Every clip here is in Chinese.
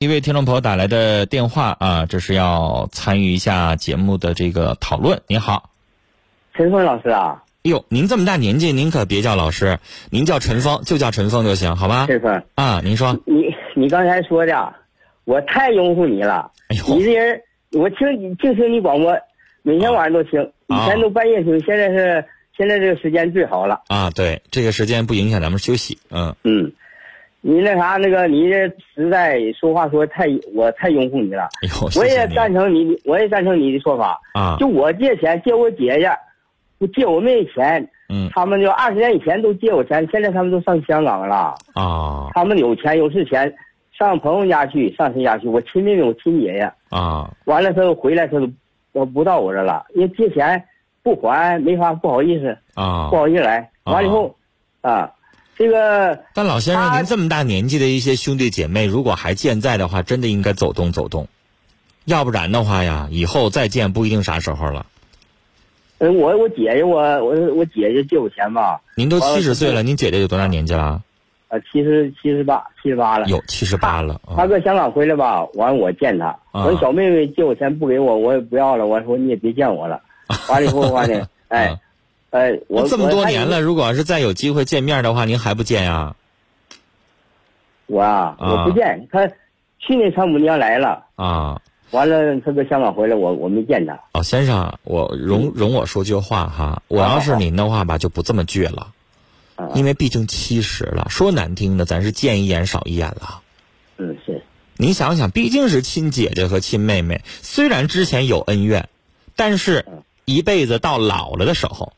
一位听众朋友打来的电话啊，这是要参与一下节目的这个讨论。您好，陈峰老师啊，哎呦，您这么大年纪，您可别叫老师，您叫陈峰，就叫陈峰就行，好吧？陈峰，啊，您说，你你刚才说的，啊我太拥护你了。哎你呦，这人，我听你就听你广播，每哦天晚上都听，以前都半夜听，现在是现在这个时间最好了。啊，对，这个时间不影响咱们休息，嗯，嗯，你那啥那个，你这实在说话说太，我太拥护你了。哎呦，我谢谢也您赞成你，我也赞成你的说法。啊，就我借钱，借我姐姐，我借我妹钱，嗯他们就二十年以前都借我钱，现在他们都上香港了。啊他们有钱有是钱，上朋友家去，上谁家去？我亲妹妹，我亲爷爷，啊，完了他又回来，他都都不到我这了，因为借钱不还，没法不好意思，啊不，好意思来。完了以后，啊，这个但老先生，他您这么大年纪的一些兄弟姐妹，如果还健在的话，真的应该走动走动，要不然的话呀，以后再见不一定啥时候了。呃我我姐姐，我我我姐姐借我钱吧，您都完了七十岁了，您姐姐有多大年纪了？呃，七十七十八七十八了。有七十八了。他嗯搁香港回来吧，完我见他，啊我小妹妹借我钱不给我，我也不要了，我说你也别见我了。完了以后 完了，哎啊，哎，我那这么我多还以年为了，如果要是再有机会见面的话，您还不见呀？我啊啊，我不见他，去年丈母娘来了，啊，完了他搁香港回来，我我没见他。老先生，啊我容容我说句话哈，我要是您的话吧，就不这么倔了，啊，因为毕竟七十了，说难听的，咱是见一眼少一眼了。嗯是，你想想，毕竟是亲姐姐和亲妹妹，虽然之前有恩怨，但是嗯一辈子到老了的时候，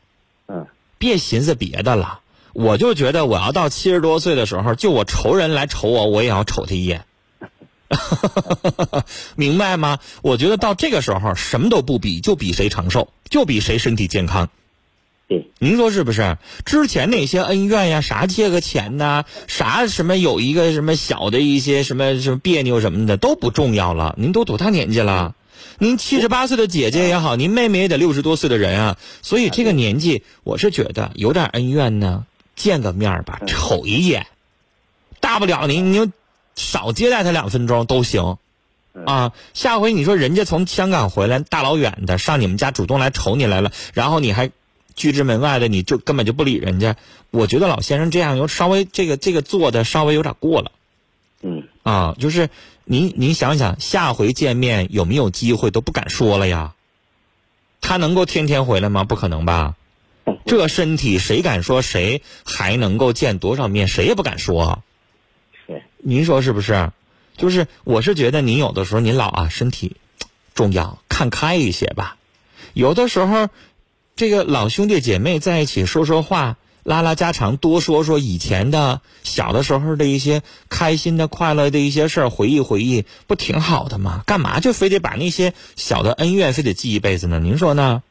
嗯别寻思别的了。我就觉得我要到七十多岁的时候，就我仇人来瞅我，我也要瞅他一眼， 明白吗？我觉得到这个时候，什么都不比，就比谁长寿，就比谁身体健康。啊对，您说是不是？之前那些恩怨呀，啥借个钱呐、啥什么有一个什么小的一些什么什么别扭什么的都不重要了。您都多大年纪了？您七十八岁的姐姐也好，您妹妹也得六十多岁的人啊。所以这个年纪，我是觉得有点恩怨呢，见个面儿吧，瞅一眼，大不了您您少接待他两分钟都行。啊，下回你说人家从香港回来，大老远的上你们家主动来瞅你来了，然后你还拒之门外的，你就根本就不理人家。我觉得老先生这样有稍微这个这个做的稍微有点过了嗯啊，就是您您想想，下回见面有没有机会都不敢说了呀？他能够天天回来吗？不可能吧？这身体谁敢说谁还能够见多少面？谁也不敢说啊。是，您说是不是？就是我是觉得您有的时候您老啊身体重要，看开一些吧。有的时候，这个老兄弟姐妹在一起说说话，拉拉家常，多说说以前的小的时候的一些开心的、快乐的一些事儿，回忆回忆，不挺好的吗？干嘛就非得把那些小的恩怨非得记一辈子呢？您说呢？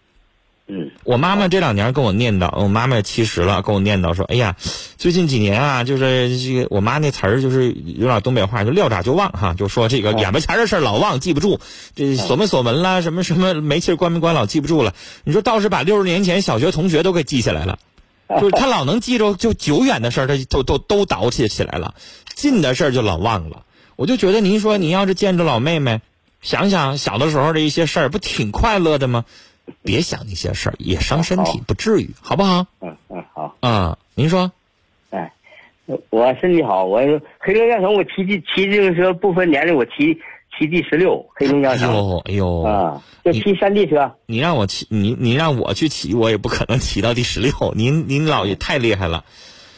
嗯我妈妈这两年跟我念叨，我妈妈七十了，跟我念叨说：“哎呀，最近几年啊，就是这个我妈那词儿，就是有点东北话，就撂爪就忘哈，就说这个嗯眼巴前儿的事儿老忘，记不住，这锁没锁门啦，什么什么煤气儿关没关，老记不住了。你说倒是把六十年前小学同学都给记下来了，就是他老能记住就久远的事儿，他都都都倒起起来了，近的事儿就老忘了。我就觉得您说您要是见着老妹妹，想想小的时候的一些事儿，不挺快乐的吗？别想那些事儿，也伤身体，不至于，好不好？嗯嗯好，啊、您说哎，我我身体好，我黑龙江省我骑骑骑自行车不分年龄，我骑骑第十六，黑龙江哎省呦哎啊呦，啊，就骑山地车，你让我骑，你你让我去骑，我也不可能骑到第十六。您您老爷太厉害了，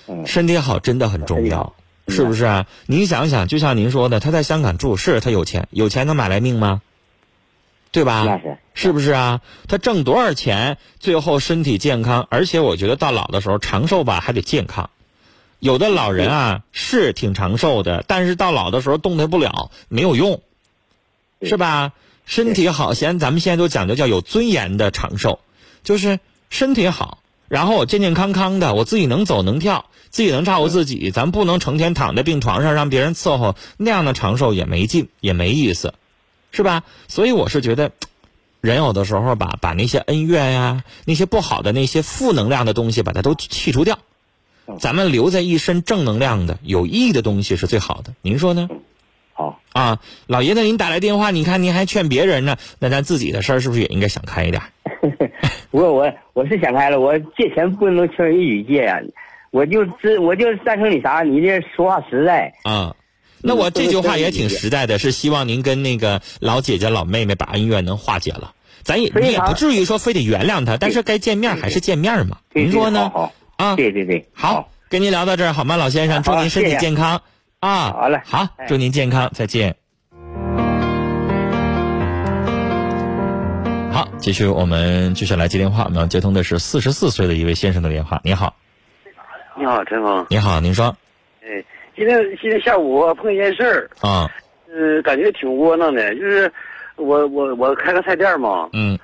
嗯身体好真的很重要，嗯是不是啊？您想想，就像您说的，他在香港住，是他有钱，有钱能买来命吗？对吧？那是是不是啊？他挣多少钱，最后身体健康，而且我觉得到老的时候长寿吧，还得健康。有的老人啊是挺长寿的，但是到老的时候动弹不了，没有用，对是吧？身体好，现咱们现在都讲究叫有尊严的长寿，就是身体好，然后我健健康康的，我自己能走能跳，自己能照顾自己，咱不能成天躺在病床上让别人伺候，那样的长寿也没劲，也没意思，是吧？所以我是觉得。人有的时候吧，把那些恩怨呀、那些不好的、那些负能量的东西，把它都剔除掉，嗯嗯咱们留在一身正能量的、有意义的东西是最好的。您说呢？好，啊，老爷子，您打来电话，你看您还劝别人呢，那咱自己的事儿是不是也应该想开一点？不过我我是想开了，我借钱不能轻而易举借啊呀、我就知我就赞成你啥，你这说话实在。啊，那嗯我这句话也挺实在的，是希望您跟那个老姐姐、老妹妹把恩怨能化解了。咱也非你也常不至于说非得原谅她，但是该见面还是见面嘛。对您说呢？好啊好，对对对，好，，跟您聊到这儿好吗，老先生？祝好您身谢体谢健康啊！好嘞好哎，祝您健康，再见。好，继续我们接下来接电话，我们要接通的是四十四岁的一位先生的电话。你好，你好，陈峰。你好，您说哎，今天今天下午我碰一件事儿，啊，呃，感觉挺窝囊的，就是我我我开个菜店嘛，嗯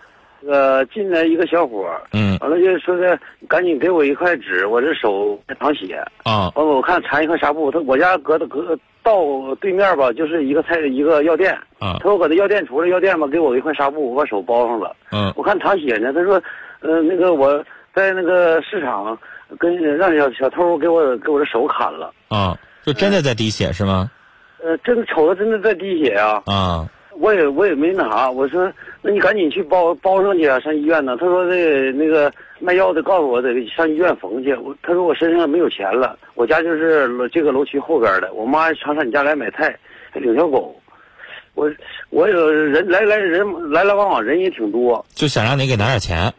呃，进来一个小伙儿，嗯完了就说的赶紧给我一块纸，我这手淌血，啊完了我看缠一块纱布，他我家隔的隔到对面吧，就是一个菜一个药店，啊他说搁那药店出来药店吧，给我一块纱布，我把手包上了。嗯我看淌血呢，他说，呃，那个我在那个呃市场跟让小小偷给我给我的手砍了。啊，就真的在滴血是吗？呃，真瞅着真的在滴血啊！啊我也我也没那啥，我说那你赶紧去包包上去啊，上医院呢。他说那那个卖药的告诉我得上医院缝去。我他说我身上没有钱了，我家就是楼这个楼区后边的，我妈常上你家来买菜，还领条狗。我我有人来来人来来往往人也挺多，就想让你给拿点钱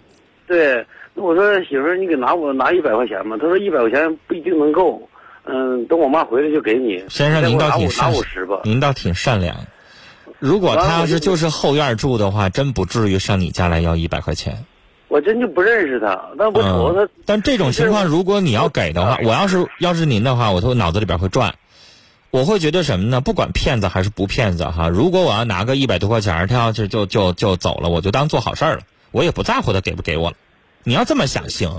对，那我说媳妇儿，你给拿我拿一百块钱吧。他说一百块钱不一定能够，嗯，等我妈回来就给你。先生再给您我倒拿挺五拿善五十吧。您倒挺善良。如果他要是就是后院住的话，真不至于上你家来要一百块钱。我真就不认识他，但我瞅着他，嗯但这种情况，就是如果你要给的话，我要是要是您的话，我头脑子里边会转，我会觉得什么呢？不管骗子还是不骗子哈，如果我要拿个一百多块钱儿，他要是就就就走了，我就当做好事儿了，我也不在乎他给不给我了。你要这么想行，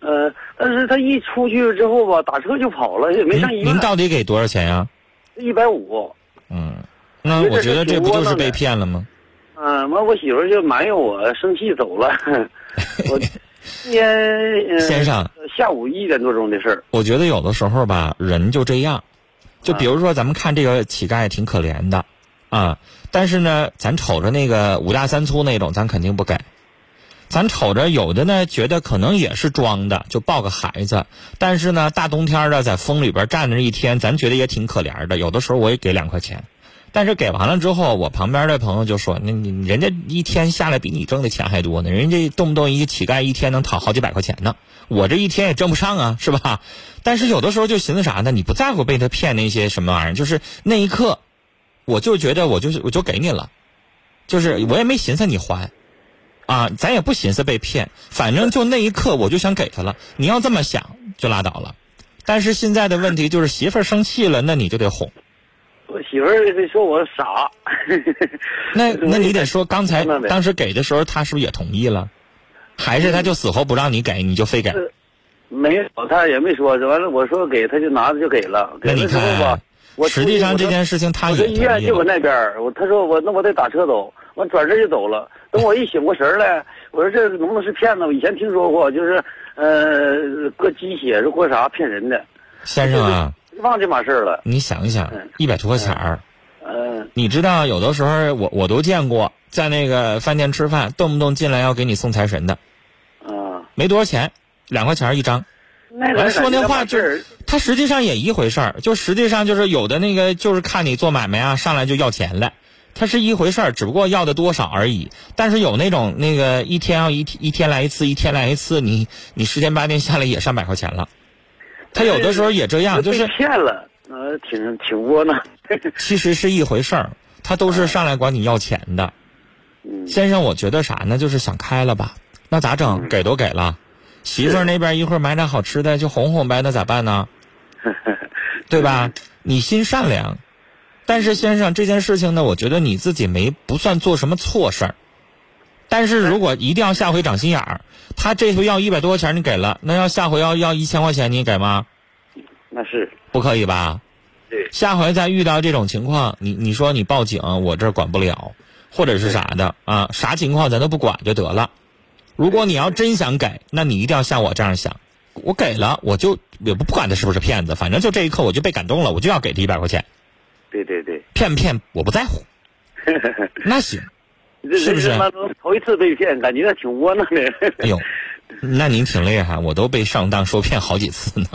呃，但是他一出去之后吧，打车就跑了，也没您上医院嗯您，到底给多少钱呀、一百五。嗯，那这我觉得这这挺不窝就是囊的被骗了吗？嗯，完我媳妇儿就埋怨我，生气走 了。我今天、呃、先生，下午一点多钟的事儿，我觉得有的时候吧，人就这样。就比如说，咱们看这个乞丐挺可怜的，啊，但是呢，咱瞅着那个五大三粗那种，咱肯定不给。咱瞅着有的呢，觉得可能也是装的，就抱个孩子，但是呢，大冬天的在风里边站着一天，咱觉得也挺可怜的。有的时候我也给两块钱，但是给完了之后，我旁边的朋友就说：“那你人家一天下来比你挣的钱还多呢，人家动不动一个乞丐一天能讨好几百块钱呢，我这一天也挣不上啊，是吧？”但是有的时候就寻思啥呢？你不在乎被他骗那些什么玩意儿，就是那一刻，我就觉得我就是我就给你了，就是我也没寻思你还，啊，咱也不寻思被骗，反正就那一刻我就想给他了。你要这么想就拉倒了。但是现在的问题就是媳妇儿生气了，那你就得哄。我媳妇儿说我傻。 那那你得说，刚才那得当时给的时候，他是不是也同意了？还是他就死活不让你给，你就非给？没有，他也没说。完了，我说给他就拿着就给了，那给你了之后吧看，我，实际上这件件事情他我也这同医意院就搁了。那边儿，我他说我那我得打车走，我转身就走了。等我一醒过神儿来，我说这能不能是骗子？我以前听说过，就是呃割鸡血是割啥骗人的，先生啊，忘这码事儿了。你想一想嗯，一百多块钱儿，嗯、你知道有的时候我我都见过，在那个饭店吃饭，动不动进来要给你送财神的，啊，没多少钱，两块钱儿一张。那完个说那话就就是是，他实际上也一回事儿，就实际上就是有的那个就是看你做买卖啊，上来就要钱来，他是一回事儿，只不过要的多少而已。但是有那种那个一天要一一天来一次，一天来一次，你你十天八天下来也上百块钱了。他有的时候也这样，就被是骗了，呃，挺挺窝囊。其实是一回事儿，他都是上来管你要钱的。嗯，先生，我觉得啥呢？就是想开了吧，那咋整？嗯给都给了，媳妇儿那边一会儿买点好吃的就哄哄呗，那咋办 呢？对吧？你心善良，但是先生这件事情呢，我觉得你自己没不算做什么错事儿。但是如果一定要下回长心眼儿，他这回要一百多块钱你给了，那要下回要要一千块钱你给吗？那是不可以吧？对，下回再遇到这种情况，你你说你报警，我这儿管不了，或者是啥的啊？啥情况咱都不管就得了。如果你要真想给，那你一定要像我这样想，我给了我就也不不管他是不是骗子，反正就这一刻我就被感动了，我就要给他一百块钱。对对对，骗不骗我不在乎，那行，是不是人生当中头一次被骗，感觉还挺窝囊的。 哎呦，那您挺厉害，我都被上当受骗好几次呢，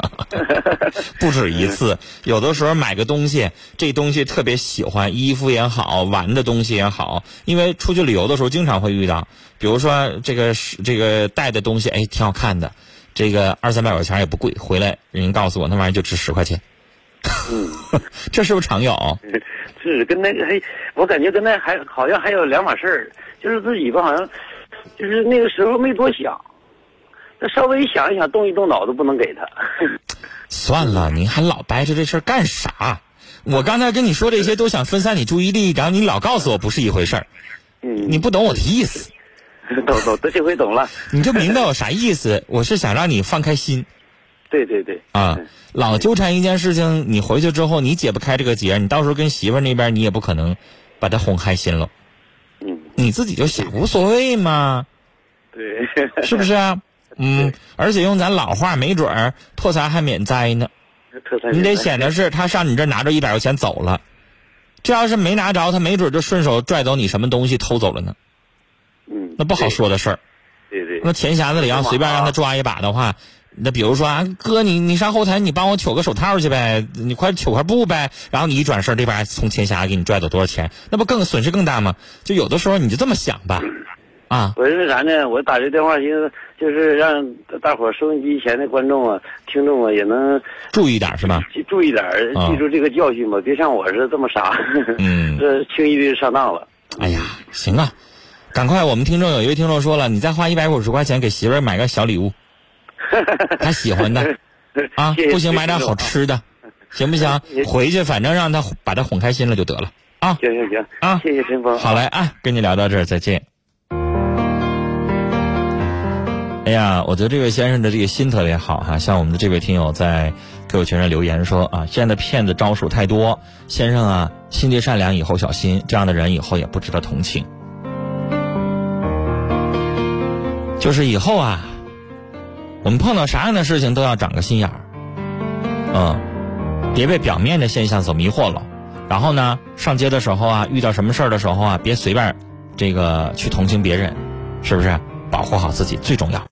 不止一次。有的时候买个东西，这东西特别喜欢，衣服也好，玩的东西也好，因为出去旅游的时候经常会遇到，比如说这个是这个带的东西，哎，挺好看的，这个二三百块钱也不贵，回来人告诉我那玩意儿就值十块钱，嗯， 这是不是常有？ 是跟那个还，我感觉跟那还好像还有两码事儿，就是自己吧，好像就是那个时候没多想，那稍微想一想，动一动脑子不能给他。算了，您还老掰扯这事儿干啥？我刚才跟你说这些都想分散你注意力，然后你老告诉我不是一回事儿，嗯，你不懂我的意思，懂懂，这回懂了。你就明白我啥意思。我是想让你放开心对对对，啊嗯，老纠缠一件事情，你回去之后你解不开这个结，你到时候跟媳妇儿那边你也不可能把她哄开心了，嗯，你自己就想无所谓嘛，对，是不是啊？嗯，而且用咱老话，没准儿破财还免灾呢。特三你得显得是他上你这儿拿着一百块钱走了，这要是没拿着，他没准就顺手拽走你什么东西偷走了呢，嗯，那不好说的事儿。对。对对，那钱匣子里要随便让他抓一把的话，那比如说啊，哥你你上后台你帮我取个手套去呗，你快取块布呗，然后你一转身这边从钱匣给你拽走多少钱，那不更损失更大吗？就有的时候你就这么想吧，啊，我是啥呢？我打这电话，寻思就是让大伙儿收音机前的观众啊、听众啊，也能注意点儿是吧？记注意点儿，啊记住这个教训吧，别像我是这么傻，嗯 这轻易的上当了。哎呀，行啊，赶快！我们听众有一位听众说了，你再花一百五十块钱给媳妇儿买个小礼物，她喜欢 的啊，谢谢啊不行买点好。吃的，行不 行谢谢？回去反正让她把她哄开心了就得了啊。行行行啊谢谢陈峰。好嘞啊，跟你聊到这儿，再见。哎呀，我觉得这位先生的这个心特别好哈、像我们的这位听友在 QQ 群上留言说啊，现在的骗子招数太多，先生啊，心地善良以后小心，这样的人以后也不值得同情。就是以后啊，我们碰到啥样的事情都要长个心眼儿，嗯，别被表面的现象所迷惑了。然后呢，上街的时候啊，遇到什么事儿的时候啊，别随便这个去同情别人，是不是？保护好自己最重要。